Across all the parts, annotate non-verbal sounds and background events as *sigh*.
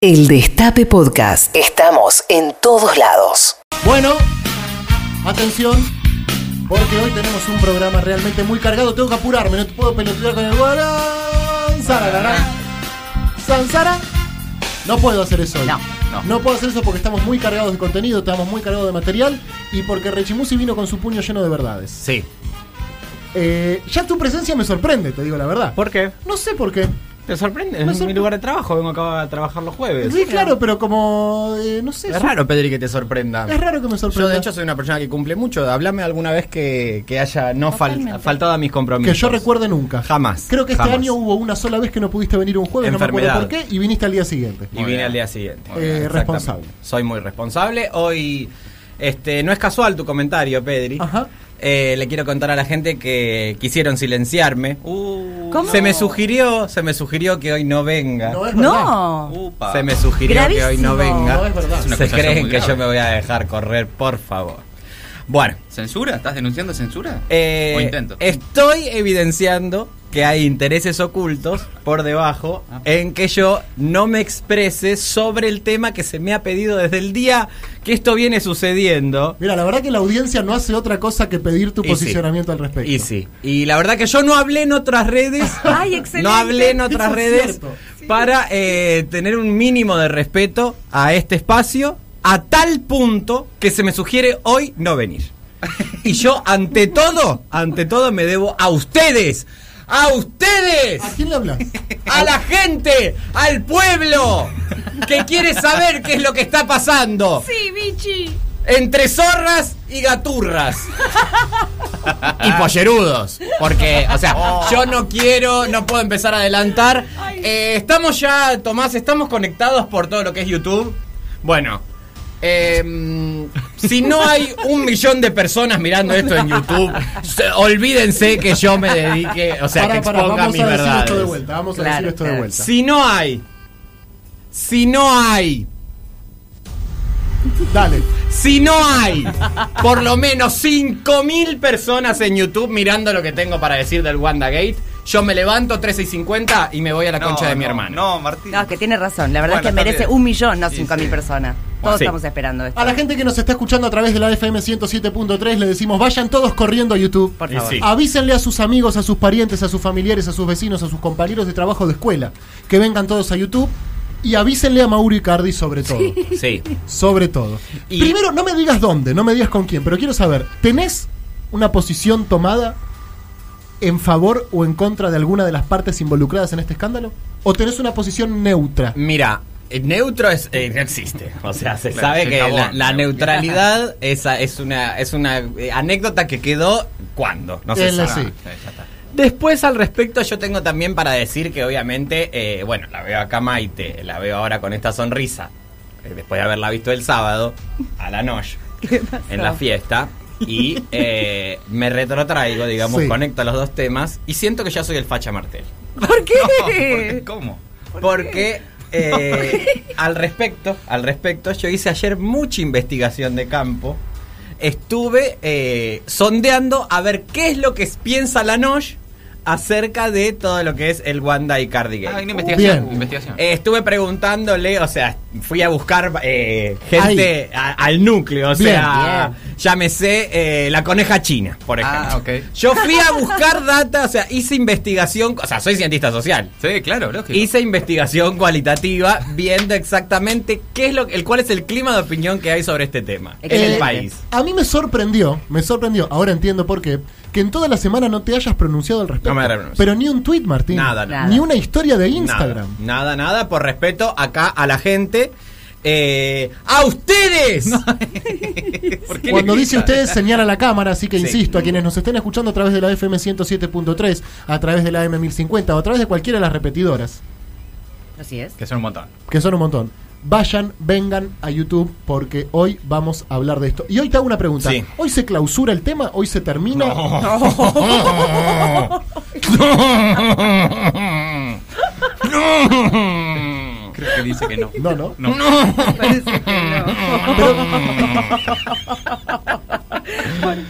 El Destape Podcast. Estamos en todos lados. Bueno, atención, porque hoy tenemos un programa realmente muy cargado. Tengo que apurarme, no puedo pelotear con el guarán. Sara, la, la. San Sara. No puedo hacer eso hoy. No, no. puedo hacer eso porque estamos muy cargados de contenido, estamos muy cargados de material y porque Rechimusi vino con su puño lleno de verdades. Sí. Eh, ya tu presencia me sorprende, te digo la verdad. ¿Por qué? No sé por qué. ¿Te sorprende? Me es mi sorpre- lugar de trabajo, vengo acá a trabajar los jueves. Sí, claro, pero como. eh, no sé. Es raro, Pedri, que te sorprenda. Es raro que me sorprenda. Yo, de hecho, soy una persona que cumple mucho. Hablame alguna vez que, que haya no fal- Totalmente. faltado a mis compromisos. Que yo recuerde nunca. Jamás, Creo que este jamás. año hubo una sola vez que no pudiste venir un jueves, no me Enfermedad. acuerdo por qué, y viniste al día siguiente. Y Muy vine bien. al día siguiente. Muy bien, Eh, Exactamente. responsable. Soy muy responsable. Hoy, este, no es casual tu comentario, Pedri. Ajá. Eh, le quiero contar a la gente que quisieron silenciarme. Uh, ¿Cómo? Se me sugirió, se me sugirió que hoy no venga. No es verdad. No. Upa. se me sugirió que hoy no Gravísimo. venga. No es verdad. Es una ¿Se acusación creen muy que grave. yo me voy a dejar correr, por favor? Bueno, ¿Censura? ¿Estás denunciando censura? Eh, ¿O intento? Estoy evidenciando que hay intereses ocultos por debajo Ah. en que yo no me exprese sobre el tema que se me ha pedido desde el día que esto viene sucediendo. Mira, la verdad que la audiencia no hace otra cosa que pedir tu Y sí. posicionamiento al respecto. Y sí. Y la verdad que yo no hablé en otras redes. *laughs* Ay, excelente. No hablé en Eso otras es redes cierto. para eh, tener un mínimo de respeto a este espacio a tal punto que se me sugiere hoy no venir. Y yo ante todo, ante todo me debo a ustedes, a ustedes, ¿A quién le *laughs* hablas? a la gente, al pueblo que quiere saber qué es lo que está pasando Sí, bichi. entre zorras y gaturras. y pollerudos. Porque, o sea, yo no quiero, no puedo empezar a adelantar. Eh, estamos ya, Tomás, estamos conectados por todo lo que es YouTube. Bueno. eh, si no hay un millón de personas mirando esto en YouTube, se- olvídense que yo me dedique, o sea, Pará, que pará, exponga vamos mis a decir esto de verdades. vuelta, vamos a Claro, decir esto de claro. vuelta. Si no hay, si no hay Dale. Si no hay por lo menos 5.000 personas en YouTube mirando lo que tengo para decir del WandaGate, yo me levanto 13 y 50 y me voy a la No, concha de mi no, hermano. No, Martín. No, es que tiene razón. La verdad Bueno, es que está merece bien. un millón, no Sí, cinco sí. mil personas. Todos sí. estamos esperando esto. A la gente que nos está escuchando a través de la FM 107.3 le decimos, vayan todos corriendo a YouTube. Por Y favor. sí. Avísenle a sus amigos, a sus parientes, a sus familiares, a sus vecinos, a sus compañeros de trabajo de escuela, que vengan todos a YouTube y avísenle a Mauro Icardi sobre todo. Sí. Sobre todo. Y- Primero, no me digas dónde, no me digas con quién, pero quiero saber, ¿tenés una posición tomada en favor o en contra de alguna de las partes involucradas en este escándalo? ¿O tenés una posición neutra? Mira, el neutro es, eh, no existe. O sea, se Claro, sabe se que acabó. la, la neutralidad esa es una, es una eh, anécdota que quedó cuando. No se Él sabe. así. Ya, Ah, ya está. Después al respecto yo tengo también para decir que obviamente, eh, bueno, la veo acá Maite, la veo ahora con esta sonrisa, eh, después de haberla visto el sábado, a la noche, en la fiesta, y eh, me retrotraigo, digamos, Sí. conecto los dos temas, y siento que ya soy el facha martel. ¿Por No, porque *laughs* qué? ¿Cómo? Porque *laughs* eh, al respecto, al respecto, yo hice ayer mucha investigación de campo. Estuve eh, sondeando a ver qué es lo que piensa la Noche acerca de todo lo que es el Wanda y Cardigan. Ah, hay una investigación. Bien. investigación. Eh, estuve preguntándole, o sea, fui a buscar eh, gente a- al núcleo, o Bien. sea, llámese eh, la coneja china, por ejemplo. Ah, ok. Yo fui a buscar data, o sea, hice investigación, o sea, soy cientista social. sí, claro, lógico. Hice investigación cualitativa viendo exactamente qué es lo, el cuál es el clima de opinión que hay sobre este tema en Eh, el país. A mí me sorprendió, me sorprendió, ahora entiendo por qué, que en toda la semana no te hayas pronunciado al respecto. No me habrá pronunciado. Pero ni un tweet, Martín. Nada, no. Ni una historia de Instagram. Nada, nada, nada, por respeto acá a la gente. Eh, ¡A ustedes! *laughs* ¿Por qué le Cuando dice grita? ustedes señala la cámara, así que Sí. insisto, a quienes nos estén escuchando a través de la FM 107.3, a través de la M1050 o a través de cualquiera de las repetidoras, Así *laughs* es. Que son un montón. que son un montón, vayan, vengan a YouTube porque hoy vamos a hablar de esto. Y hoy te hago una pregunta. Sí. ¿Hoy se clausura el tema? ¿Hoy se termina? Creo que dice que *laughs* no. No, no. No. Parece que no. Pero- *laughs*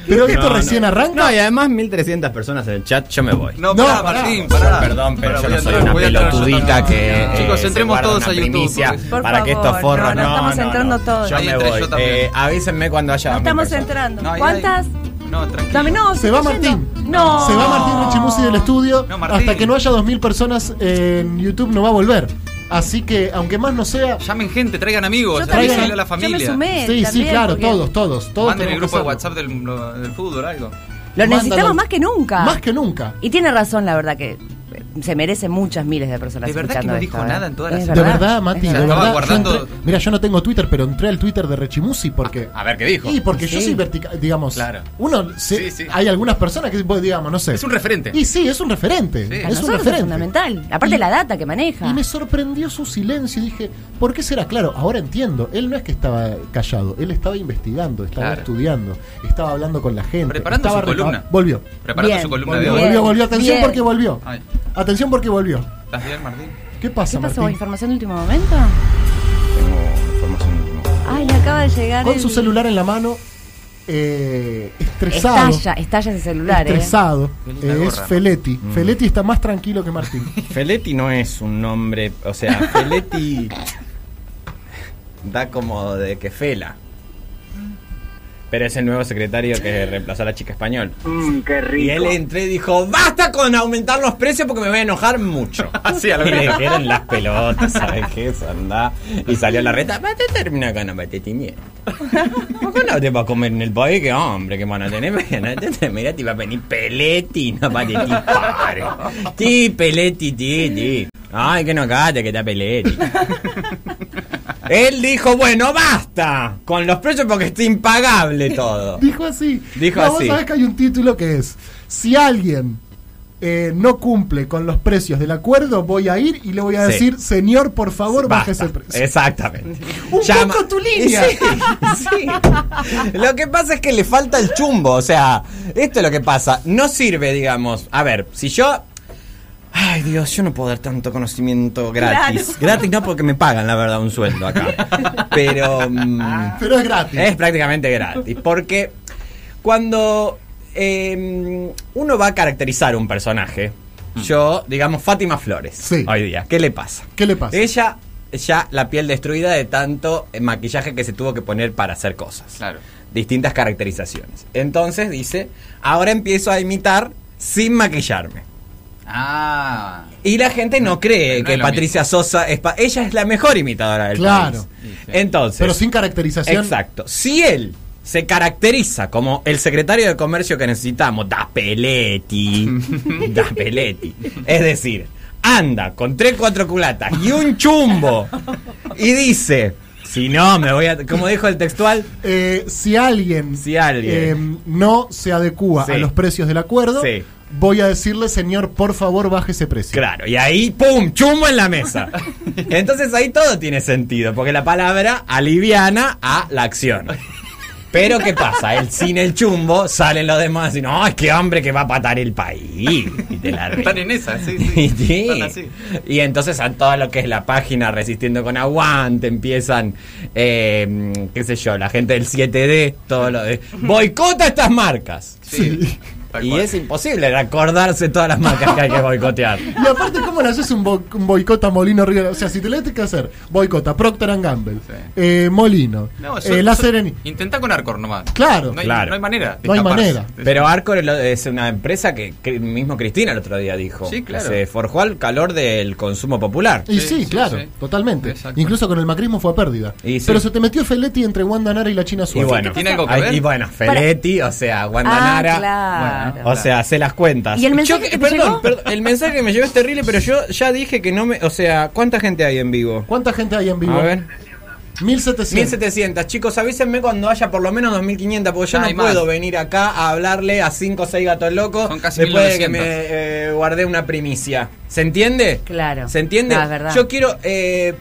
Pero esto recién arranca. No, y además 1300 personas en el chat, yo me voy. No, No, pará, pará. Martín, pará. Perdón, pero Pará, yo no voy a soy entrar, una voy a entrar yo pelotudita también. que. eh, Chicos, se entremos guarda todos una a YouTube. primicia porque- Por para que favor, estos forros no, no. no estamos entrando todos. Yo Ahí me entré voy. yo también. Eh, avísenme cuando haya. No dos mil estamos personas. entrando. No, ahí, ¿Cuántas? ahí. No, tranquilo. Dame, no, Se va sigue Martín. yendo. No. Se va Martín Rechimusi del estudio. No, Martín. hasta que no haya 2.000 personas en YouTube no va a volver. Así que, aunque más no sea... Llamen gente, traigan amigos, Yo también. avísenle a la Yo me familia. Sí, sumé. sí, también, claro, porque todos, todos, todos. Manden el tenemos grupo que de hacerlo. WhatsApp del, lo- del fútbol, algo. Lo necesitamos Mándalo. más que nunca. Más que nunca. Y tiene razón, la verdad, que eh, se merecen muchas miles de personas. De verdad escuchando que no dijo esto, ¿eh? nada en toda la Es De verdad, es Mati, de verdad. Estaba verdad. yo guardando- entré- Mira, yo no tengo Twitter, pero entré al Twitter de Rechimusi porque... A ver qué dijo. Y porque yo Sí. soy vertical, digamos. Claro. Uno, se- Sí, sí. hay algunas personas que, pues, digamos, no sé. Es un referente. Y sí, es un referente. Sí. Para Es un nosotros referente. fundamental. Aparte Y- la data que maneja. Y me sorprendió su silencio y dije, ¿por qué será? Claro, ahora entiendo. Él no es que estaba callado, él estaba investigando, estaba Claro. estudiando, estaba hablando con la gente. Preparando estaba su reca- columna. Volvió. Preparando Bien. su columna de Volvió, Bien. hoy. volvió, volvió. Atención Bien. porque volvió. Ay, Atención porque volvió. ¿Estás bien, Martín? ¿Qué pasa, ¿Qué pasó? Martín? ¿Información de último momento? Tengo información. Ay, le acaba de llegar Con el- su celular en la mano, eh, estresado. Estalla, estalla ese celular, ¿eh? estresado. Qué linda Eh, gorra, es ¿no? Mm. Feletti. Feletti está más tranquilo que Martín. Feletti no es un nombre. O sea, Feletti. da como de que Fela. Pero es el nuevo secretario que reemplazó a la chica español. Y él entró y dijo: ¡Basta con aumentar los precios porque me voy a enojar mucho! Así, a *laughs* Y lo le que dijeron las pelotas, ¿sabes qué? Eso, andá. Y salió la reta, ¿para te termina con apetetimiento? ¿Por qué no te vas a comer en el país? Que hombre, que van a tener. *laughs* Mira, te va a venir Peletti, no para ti, pare. Ti, Peletti, ti, ti. Ay, que no cate, que está Peletti. Él dijo, bueno, basta con los precios porque está impagable todo. Dijo así. Dijo Vos así. sabés que hay un título que es: Si alguien eh, no cumple con los precios del acuerdo, voy a ir y le voy a Sí. decir, señor, por favor, baje Basta. ese precio. Exactamente. *laughs* Un Llama- poco tu línea. *laughs* Sí, sí. Lo que pasa es que le falta el chumbo. O sea, esto es lo que pasa. No sirve, digamos. A ver, si yo. Ay, Dios, yo no puedo dar tanto conocimiento gratis. Claro. Gratis no porque me pagan, la verdad, un sueldo acá. *laughs* Pero. mm, Ah. Pero es gratis. es prácticamente gratis. Porque cuando eh, uno va a caracterizar un personaje, yo, digamos, Fátima Flores, Mm. Sí. hoy día, ¿qué le pasa? ¿Qué le pasa? Ella ya la piel destruida de tanto eh, maquillaje que se tuvo que poner para hacer cosas. Claro. Distintas caracterizaciones. Entonces dice, ahora empiezo a imitar sin maquillarme. Ah. Y la gente no cree No que es lo Patricia Sosa es... pa- ella es la mejor imitadora del Claro. país. Entonces... Pero sin caracterización. Exacto. Si él se caracteriza como el secretario de comercio que necesitamos, da Peletti, da Peletti. Es decir, anda con tres, cuatro culatas y un chumbo y dice, si no, me voy a... Como dijo el textual, Eh, si alguien, Si alguien. eh, no se adecúa Sí. a los precios del acuerdo, Sí. voy a decirle, señor, por favor, baje ese precio. claro, y ahí, ¡pum!, chumbo en la mesa. Entonces ahí todo tiene sentido, porque la palabra aliviana a la acción. Pero ¿qué pasa? El, sin el chumbo salen los demás y no, es que hombre que va a patar el país. Y te la re- Están en esa, sí, sí. Y *laughs* sí. Están así. Y entonces a todo lo que es la página Resistiendo con Aguante empiezan, eh, qué sé yo, la gente del 7D, todo lo de... Boicota estas marcas. Sí. Tal Y cual. es imposible acordarse todas las marcas que hay que boicotear. Y aparte, ¿cómo le haces un, bo- un boicot a Molino Río? O sea, si te le tienes que hacer boicota, Procter and Gamble, Sí. eh, Molino, No, eh, yo- La yo- Sereni. Intentá con Arcor nomás. Claro. No hay, Claro. no hay manera. de No hay escaparse. manera. Pero Arcor es una empresa que, que mismo Cristina el otro día dijo. Sí, claro. Se forjó al calor del consumo popular. Y Sí, sí, sí, claro, sí. totalmente. Exacto. Incluso con el macrismo fue a pérdida. Y sí. Pero se te metió Feletti entre Wanda Nara y la China Y Suárez. bueno, ¿Tiene algo que ay, ver? y bueno, Feletti, o sea, Ah, Guandanara. claro. Bueno, O sea, se las cuentas. ¿Y el mensaje que te perdón, llegó? perdón, el mensaje que me llegó es terrible, pero yo ya dije que no me. O sea, ¿cuánta gente hay en vivo? ¿Cuánta gente hay en vivo? A ver. 1700. 1700. Chicos, avísenme cuando haya por lo menos 2500, porque yo Ah, no hay más. puedo venir acá a hablarle a 5 o 6 gatos locos Son casi después de que me 1900. eh, guardé una primicia. ¿Se entiende? Claro. ¿Se entiende? No, es verdad. Yo quiero eh,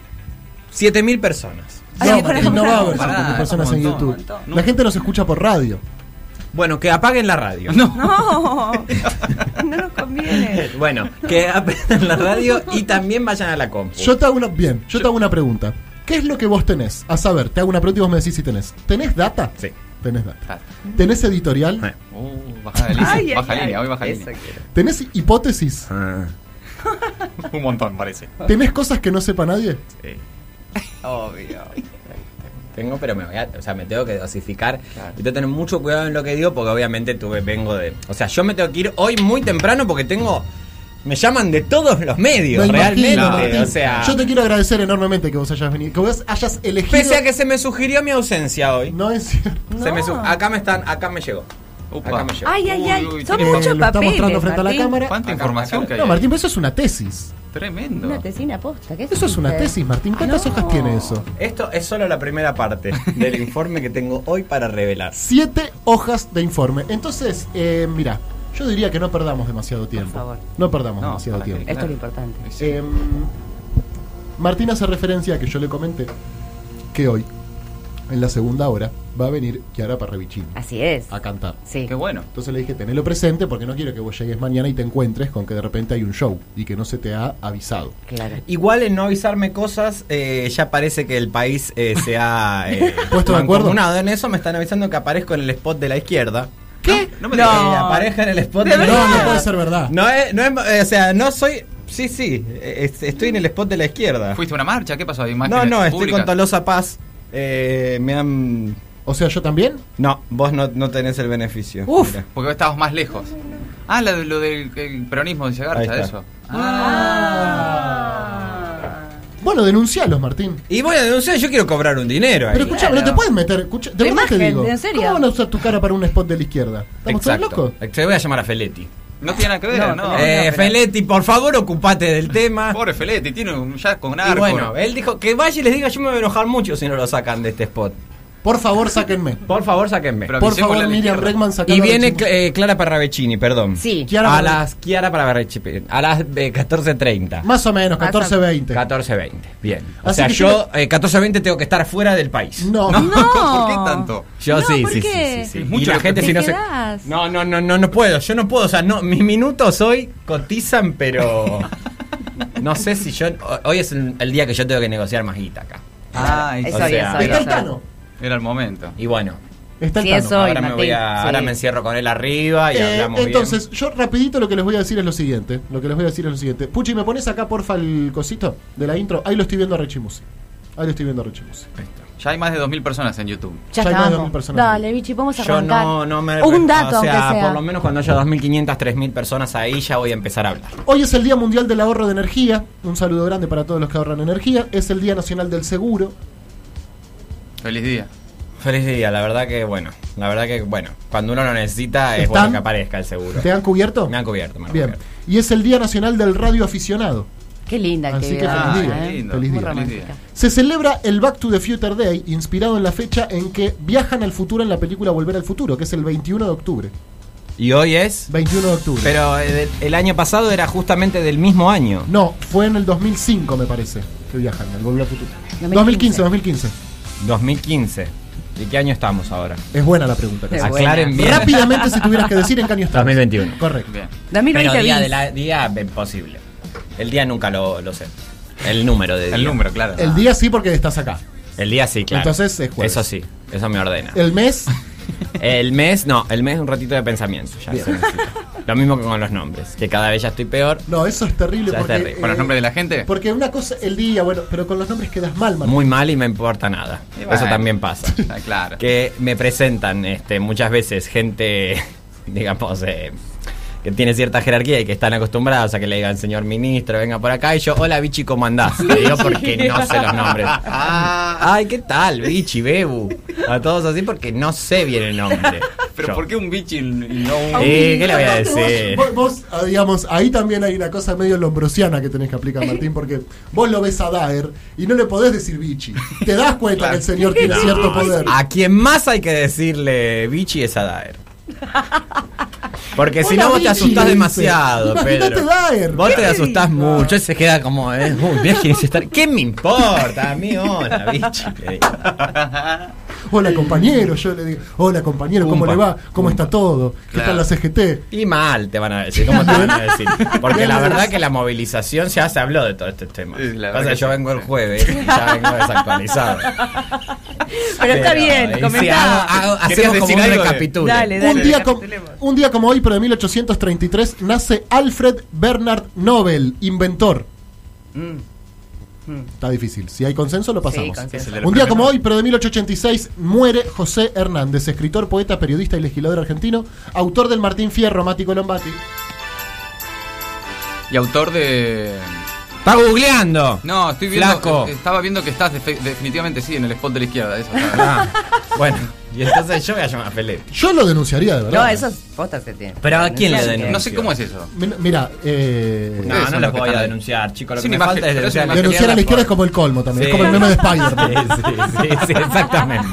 7000 personas. Ay, No, me parece y no va a haber bravo. 50 Pará, personas es un en montón, YouTube. un montón. La gente nos escucha por radio. Bueno, que apaguen la radio. No. No, no *laughs* nos conviene. Bueno, *laughs* que apaguen la radio y también vayan a la compu. Yo te hago una bien, yo te hago una pregunta. ¿Qué es lo que vos tenés? A saber, te hago una pregunta y vos me decís si tenés. ¿Tenés data? Sí. Tenés data. Ah, Tenés editorial. Uh, baja de línea, Ay, ay, baja ay, línea, hoy baja eso línea. quiero. Tenés hipótesis. Ah. *laughs* Un montón parece. Tenés cosas que no sepa nadie. Obvio. Tengo, pero me voy a, o sea, me tengo que dosificar. Y tengo que tener mucho cuidado en lo que digo porque obviamente tuve, vengo de. O sea, yo me tengo que ir hoy muy temprano porque tengo. Me llaman de todos los medios, Me realmente. imagino, Martín. o sea. Yo te quiero agradecer enormemente que vos hayas venido, que vos hayas elegido. Pese a que se me sugirió mi ausencia hoy. No es cierto. Se me su- No. acá me están, acá me llegó. Upa. Acá me llegó. Ay, ay, ay. Uy, uy, Son eh, lo muchos está papeles. mostrando frente a la Martín. cámara. ¿Cuánta Acá, información acá. que hay? No, ahí? Martín, pero eso es una tesis. Tremendo. Una tesina posta. ¿qué Eso es una hiciste? tesis, Martín. ¿Cuántas Ah, No. hojas tiene eso? Esto es solo la primera *laughs* parte del informe que tengo hoy para revelar. Siete hojas de informe. Entonces, eh, mira, yo diría que no perdamos demasiado tiempo. favor. No perdamos No, demasiado ¿para qué? tiempo. Esto es lo importante. Eh, Martín hace referencia a que yo le comenté que hoy, en la segunda hora, va a venir Chiara Parravicini Así es. a cantar. Sí. Qué bueno. Entonces le dije, tenelo presente porque no quiero que vos llegues mañana y te encuentres con que de repente hay un show y que no se te ha avisado. Claro. Igual en no avisarme cosas, eh, ya parece que el país eh, se ha eh, *laughs* ¿Puesto de acuerdo? mancomunado En eso me están avisando que aparezco en el spot de la izquierda. ¿Qué? No, no me No. digas. aparezco en el spot de, ¿De la verdad? izquierda. No, no puede ser verdad. No es, no es- eh, o sea, no soy. Sí, sí, eh, es- estoy en el spot de la izquierda. ¿Fuiste a una marcha? ¿Qué pasó? ¿Hay No, imágenes no, estoy públicas? con Tolosa Paz. Eh, me han. O sea, yo también. No, vos no, no tenés el beneficio. Uf. Mirá. Porque vos estabas más lejos. Ah, lo, de- lo del el peronismo de Ahí Garcha, está. eso. Ah. Bueno, denuncialos, Martín. Y voy a denunciar, yo quiero cobrar un dinero ahí. Pero escúchame, no te puedes meter. escucha- de La verdad te imagen, digo. ¿en serio? ¿Cómo van a usar tu cara para un spot de la izquierda? ¿Estamos todos locos? Te voy a llamar a Feletti. No tiene nada que ver, No, no. no. eh, pero- Feletti, por favor, ocupate del tema. Pobre Feletti, tiene un ya con Y arco. bueno, él dijo que vaya y les diga, yo me voy a enojar mucho si no lo sacan de este spot. Por favor, sáquenme. Por favor, sáquenme. Pero Por avisé por favor, la Miriam izquierda. Bregman, sacalo Y viene del- eh, Clara Parravecini, perdón. Sí. Chiara a Parra- las Chiara Parravecini, a las eh, 14.30. Más o menos, Más o- 14-20. 14.20, bien. O Así sea, que yo eh, 14.20 tengo que estar fuera del país. No. No. *laughs* ¿Por qué tanto? Yo No, sí, ¿por sí, sí, qué? sí, sí. Es Y mucho la lo que gente te si no se... quedás. No, no, no, no, no puedo, yo no puedo, o sea, no, mis minutos hoy cotizan, *laughs* pero no sé si yo hoy es el, el día que yo tengo que negociar más guita acá. Ah, Es O hoy, sea, es Está hoy, es el hoy. Tano. *laughs* Era el momento. Y bueno, Está el Sí, Tano. eso. Soy ahora me Martín, voy a, sí. ahora me encierro con él arriba y Eh, hablamos entonces, yo rapidito lo que les voy a decir es lo siguiente. Lo que les voy a decir es lo siguiente. Puchi, ¿me pones acá porfa el cosito de la intro? Ahí lo estoy viendo a Rechimusi. Ahí lo estoy viendo a Rechimusi. Ya hay más de 2.000 personas en YouTube. Ya Ya hay más de estamos. 2.000 personas. Dale, bichi, vamos a bien. Yo arrancar. no, no me Un dato, o sea, aunque sea. por lo menos cuando haya 2500, 3000 personas ahí ya voy a empezar a hablar. Hoy es el Día Mundial del Ahorro de Energía. Un saludo grande para todos los que ahorran energía. Es el Día Nacional del Seguro. Feliz día. Feliz día, la verdad que bueno, la verdad que bueno, cuando uno lo necesita es ¿Están? bueno que aparezca el seguro. ¿Te han cubierto? Me han cubierto, me han Bien. cubierto. Y es el Día Nacional del Radio Aficionado. Qué linda Así que actividad, feliz día, ¿eh? lindo. Feliz Muy día. romántica. Se celebra el Back to the Future Day, inspirado en la fecha en que viajan al futuro en la película Volver al Futuro, que es el 21 de octubre. Y hoy es 21 de octubre. pero eh, del- el año pasado era justamente del mismo año. No, fue en el 2005, me parece, que viajan, el Volver al Futuro. 2015, 2015. 2015. 2015. ¿De qué año estamos ahora? Es buena la pregunta. que Qué haces. Aclaren buena. bien. Rápidamente, si tuvieras que decir en qué año estás. 2021. Correcto. Bien. *laughs* Pero 2020 día bis. de la día imposible. El día nunca lo, lo sé. El número de El día. número, claro. El día sí, porque estás acá. El día sí, claro. Entonces es jueves. Eso sí, eso me ordena. El mes, El mes, no, el mes es un ratito de pensamiento. Ya se necesita. Lo mismo que con los nombres, que cada vez ya estoy peor. no, eso es terrible. Ya es Porque, eh, terrible. ¿Con los nombres de la gente? Porque una cosa, el día, bueno, pero con los nombres quedas mal, Martín. Muy mal y me importa nada. Y bueno. Eso también pasa. *laughs* Ah, claro. Que me presentan este, muchas veces gente, *laughs* digamos, eh, que tiene cierta jerarquía y que están acostumbrados a que le digan señor ministro, venga por acá. Y yo, hola bichi, ¿cómo andás? Le digo porque *laughs* no sé los nombres. Ah. Ay, ¿qué tal, bichi, bebu? A todos así porque no sé bien el nombre. Pero Yo. ¿por qué un bichi y no un... Eh, ¿Qué le voy a Aparte, vos- decir? Vos, vos, ah, digamos, ahí también hay una cosa medio lombrosiana que tenés que aplicar, Martín, porque vos lo ves a Daer y no le podés decir bichi. Te das cuenta que el señor tiene cierto poder. A quien más hay que decirle bichi es a Daer. Porque si Hola, no vos te bichi, asustás le dice. demasiado, Imagínate, Pedro. Daer. Vos te ¿Qué asustás dijo? mucho, él se queda como, eh, uy, mirá quién es estar. ¿Qué me importa? A mí, hola, bichi. le digo. Hola, compañero. Yo le digo, hola, compañero, ¿cómo Pumpa, le va? ¿Cómo pumpa. está todo? ¿Qué Claro. tal la CGT? Y mal te van a decir, ¿cómo te van a decir? Porque la verdad que la movilización ya se habló de todo este tema. Sí, la Pasa verdad que yo que sí. vengo el jueves, y ya vengo desactualizado. Pero está bien, y comentá. sí, hago- hago- ¿Querías hacemos como decir un algo de- recapitulo. Dale, dale. Un día, com- Recapitulemos. un día como hoy, pero de 1833, nace Alfred Bernard Nobel, inventor. Está difícil. Si hay consenso, lo pasamos. Mm. consenso. Es el de los Un día premios como Nobel. hoy, pero de 1886, muere José Hernández, escritor, poeta, periodista y legislador argentino, autor del Martín Fierro, Mati Colombati. Eh, Y autor de. Está googleando. No, estoy viendo. Flaco. eh, Estaba viendo que estás defe- definitivamente sí en el spot de la izquierda. Eso, *laughs* Ah, bueno, y entonces yo voy a llamar a Pelé. Yo lo denunciaría, de verdad. No, esos postas se tienen. Pero ¿a quién le denuncio? no sé cómo es eso. Mi- Mira, eh, Ustedes No, no son lo los que voy están a ahí. denunciar, chicos. Lo Es que me una imagen, falta es pero es denunciar una la denunciar a la izquierda forma. es como el colmo *laughs* también. Sí. Es como el meme de Spider. Sí, sí, sí, sí, exactamente.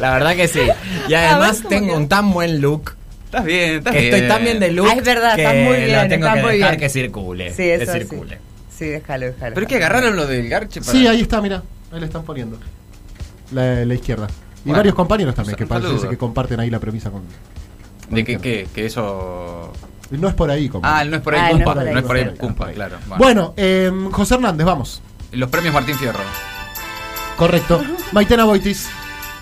La verdad que sí. Y además tengo un tan buen look. Estás bien, estás bien. Estoy tan bien de look. Ah, es verdad, que estás muy La bien, tengo estás que muy dejar bien. que circule. Sí, que eso sí. circule. Sí, déjalo, déjalo. Pero es que agarraron lo del garche para. Sí, ahí está, mira. Ahí le están poniendo. La, la izquierda. Y Bueno, varios compañeros también un que parece saludo. que comparten ahí la premisa con. De que, que, que eso. No es por ahí, como. Ah, no es por ahí Ah, Cumpa. no es por ahí, No es por ahí no es por ahí. Cumpa, claro. Bueno. Bueno, eh, José Hernández, vamos. Los premios Martín Fierro. *laughs* Correcto. Maitena Boitis.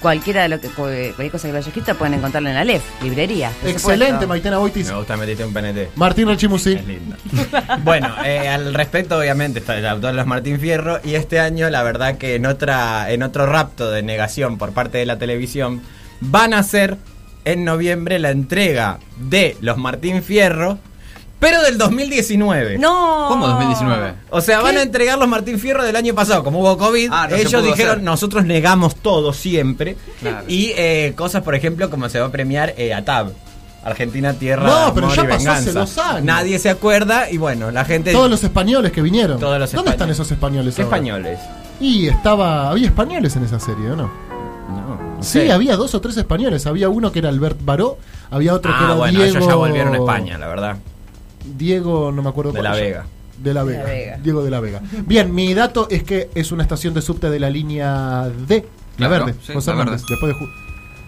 Cualquiera de lo que, eh, cualquier cosa que lo haya escrito pueden encontrarlo en la LEF, librería. por Excelente, supuesto. Maitena Boitis. Me gusta meterte un PNT. Martín Rechimusi. Es linda. Bueno, eh, al respecto, obviamente, está el autor de los Martín Fierro. Y este año, la verdad que en otra, en otro rapto de negación por parte de la televisión, van a hacer en noviembre la entrega de los Martín Fierro, pero del 2019. No. ¿Cómo 2019? O sea, van a entregar los Martín Fierro del año pasado. Como hubo COVID, Ah, no se ellos pudo dijeron, hacer. nosotros negamos todo siempre. Claro. Y eh, cosas, por ejemplo, como se va a premiar eh, a TAB. Argentina, Tierra, No, pero Amor ya y pasó hace Venganza. dos años. Nadie se acuerda y bueno, la gente... Todos los españoles que vinieron. Todos los ¿Dónde están españoles. esos españoles? ¿Qué ahora? españoles? Y estaba. Había españoles en esa serie, ¿o no? No, no Sí, sé. había dos o tres españoles. Había uno que era Albert Baró, había otro que Ah, era bueno, Diego. ellos ya volvieron a España, la verdad. Diego, no me acuerdo De cuál la es. Vega. De la De Vega. la Vega. Diego de la Vega. Bien, mi dato es que es una estación de subte de la línea D. La Claro, Verde. sí, José La Verde. Hernández, después de, ju-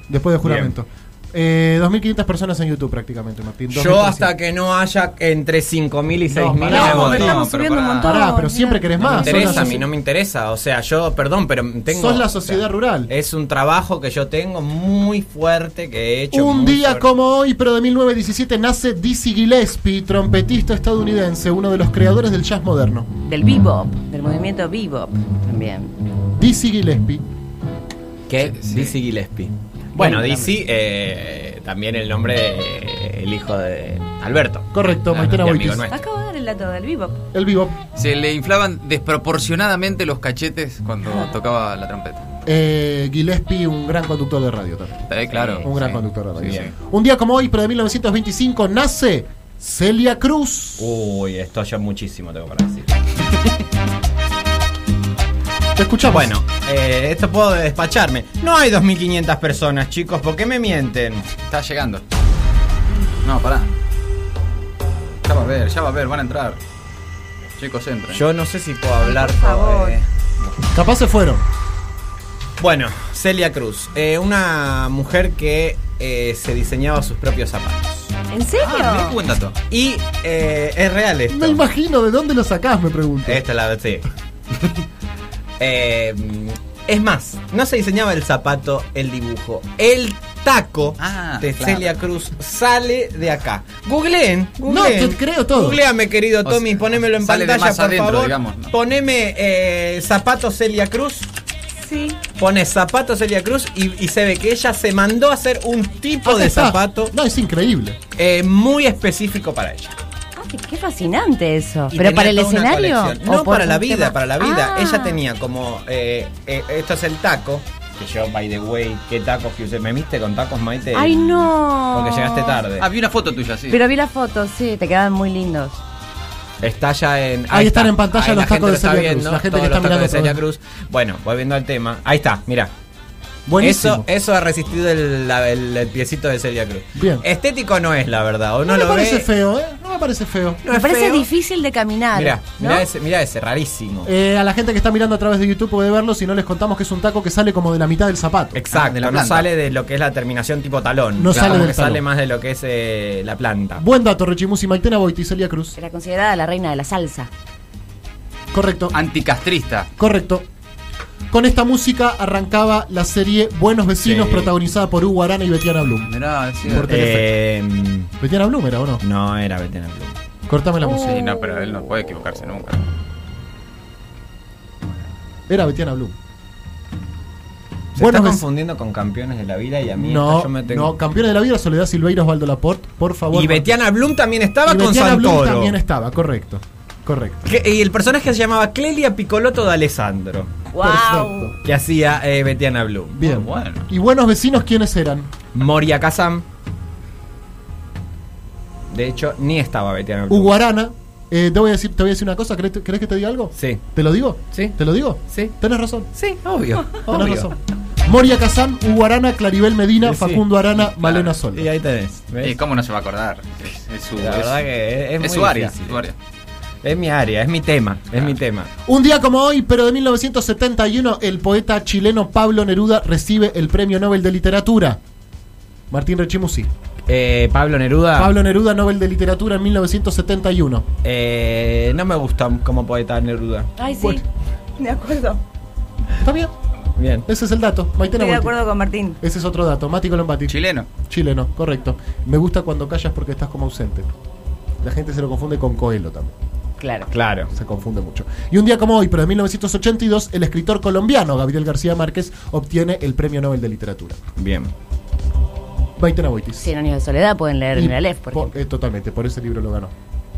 después de juramento. Eh, 2.500 personas en YouTube prácticamente, Martín. Yo hasta que no haya entre 5.000 y 6.000 pará, me pero voto. estamos subiendo un pará. montón. Pará, No, pero siempre mira. querés No me más. Sos interesa la a mí, soci- no me interesa. O sea, yo, perdón, pero tengo. Sos la o sea, sociedad rural. Es un trabajo que yo tengo muy fuerte que he hecho. Un muy día fuerte. como hoy, pero de 1917, nace Dizzy Gillespie, trompetista estadounidense, uno de los creadores del jazz moderno. Del bebop, del movimiento bebop también. Dizzy Gillespie. ¿Qué? Sí, sí. Dizzy Gillespie. Bueno, Bueno, Dizzy, eh, también el nombre del hijo de Alberto. Correcto, Claro, Maitena mi Boitis. amigo nuestro. Acabo de dar el dato del bebop. El vivo. Se le inflaban desproporcionadamente los cachetes cuando tocaba la trompeta. Eh, Gillespie, un gran conductor de radio también. Está bien, claro. Un gran Sí. conductor de radio. Sí, sí. sí. Un día como hoy, pero de 1925, nace Celia Cruz. Uy, esto yo muchísimo tengo para decir. Te escuchamos. Oh. Bueno, eh, esto puedo despacharme. No hay 2.500 personas, chicos, ¿por qué me mienten? Está llegando. No, pará. Ya va a ver, ya va a ver, van a entrar. Chicos, entren. Yo no sé si puedo hablar. por favor. eh, capaz se fueron. Bueno, Celia Cruz, eh, una mujer que eh, se diseñaba sus propios zapatos. ¿En serio? Ah, mirá qué buen dato. Y eh, es real esto. Me imagino de dónde lo sacás, me pregunto. Esta la sí. *laughs* Eh, es más, no se diseñaba el zapato, el dibujo. El taco Ah, de claro. Celia Cruz sale de acá. Googleen, googleen. No, te creo todo. Googleame, querido Tommy, sea, ponémelo en sale de pantalla, más por adentro, favor. digamos, ¿no? Poneme eh, zapato Celia Cruz. Sí. Pones zapato Celia Cruz y, y se ve que ella se mandó a hacer un tipo Acá de está. zapato No, es increíble. eh, muy específico para ella. Ah, qué, qué fascinante eso. Y ¿Pero tenía para el toda una escenario? colección. ¿O No, por para la un vida, tema? para la vida. Ah. Ella tenía como. eh, eh, esto es el taco. Que yo, by the way, ¿qué tacos que usé? ¿Me viste con tacos, Maite? Ay, no. Porque llegaste tarde. Ah, vi una foto tuya, sí. Pero vi las fotos, sí, te quedaban muy lindos. Está ya en. Ahí están en pantalla la los tacos gente de lo está Celia Cruz, viendo, la gente que está todos los tacos mirando de Celia todo. Cruz. Bueno, volviendo al tema. Ahí está, mira. Eso, Buenísimo. eso ha resistido el, la- el- el piecito de Celia Cruz. Bien. Estético no es, la verdad. O no no, me lo parece ve. feo, ¿eh? No me parece feo. No Me es parece feo. difícil de caminar. Mirá, ¿no? mirá ese, mirá ese, rarísimo. Eh, a la gente que está mirando a través de YouTube puede verlo si no les contamos que es un taco que sale como de la mitad del zapato. Exacto, de la no planta. sale de lo que es la terminación tipo talón. No sale como del que talón. sale más de lo que es eh, la planta. Buen dato, Rechimusi, Maitena Boiti, Celia Cruz. Era considerada la reina de la salsa. Ah. Correcto, Anticastrista. correcto. Con esta música arrancaba la serie Buenos Vecinos, Sí. protagonizada por Hugo Arana y Betiana Blum. Mirá, sí. Por- Eh, ¿Betiana Blum era o no? no, era Betena Blum. Cortame la música. Sí, no, pero él no puede equivocarse nunca. Era Betiana Blum. Se Buenos está Vec- confundiendo con campeones de la vida y a mí esta No, yo me tengo. no, campeones de la vida, Soledad Silveira, Osvaldo Laporte, por favor. y Betiana Blum también estaba Y con Betiana Blum Santoro. también estaba, correcto. Correcto. Que- y el personaje se llamaba Clelia Picoloto de Alessandro. ¡Wow! Que hacía eh, Betiana Blum. Bien. Muy bueno. ¿Y buenos vecinos quiénes eran? Moria Kazam. De hecho, ni estaba Betiana Blum. Hugo Arana. Eh, te, voy a decir, te voy a decir una cosa. ¿Querés, querés que te diga algo? Sí. ¿Te lo digo? Sí. ¿Te lo digo? Sí. Tenés razón. Sí, obvio. *laughs* Tenés obvio. razón. Moria Kazán, Hugo Arana, Claribel Medina, Sí, sí. Facundo Arana, Malena Sol. Y ahí tenés. ¿ves? ¿Y Eh, cómo no se va a acordar? Es, es su, La verdad es- que es, es es muy su área. difícil. su área. Es mi área, es mi tema. Es mi tema. Un día como hoy, pero de 1971, el poeta chileno Pablo Neruda recibe el Premio Nobel de Literatura. Martín Rechimusi. Eh, Pablo Neruda. Pablo Neruda, Nobel de Literatura en 1971. Eh, no me gusta como poeta Neruda. Ay, sí. Bueno. De acuerdo. ¿Está bien? Bien. Ese es el dato. Maitena Estoy de Volti. acuerdo con Martín. Ese es otro dato. Mati Colombati. Chileno. Chileno, correcto. Me gusta cuando callas porque estás como ausente. La gente se lo confunde con Coelho también. Claro. Claro. se confunde mucho. Y un día como hoy, pero de 1982, el escritor colombiano Gabriel García Márquez obtiene el Premio Nobel de Literatura. Bien. Baitena Boitis. Cien años de soledad pueden leer en la LEF, por po- ejemplo. eh, totalmente, por ese libro lo ganó.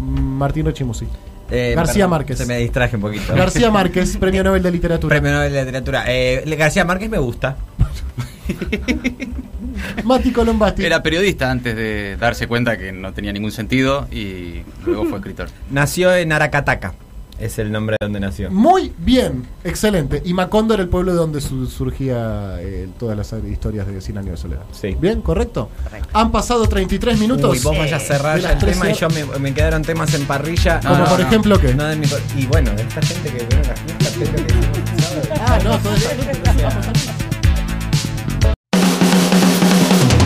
Martín Rechimusi. Eh, García Márquez. Se me distraje un poquito. *laughs* García Márquez, Premio Nobel de Literatura. Premio Nobel de Literatura. Eh, le- García Márquez me gusta. Mati Colombati. Era periodista antes de darse cuenta que no tenía ningún sentido y luego fue escritor. Nació en Aracataca. Es el nombre de donde nació. Muy bien, excelente. Y Macondo era el pueblo de donde su- surgía eh, todas las historias de 100 años de soledad. Sí. Bien, correcto. Correcto. Han pasado 33 minutos. Uy, vos Eh, vayas a cerrar De ya las el tema y 13 yo me, me quedaron temas en parrilla. Como por ejemplo, ¿qué? No de mi cor- y bueno, de esta gente que viene a la fiesta, creo que Ah, no, todo eso.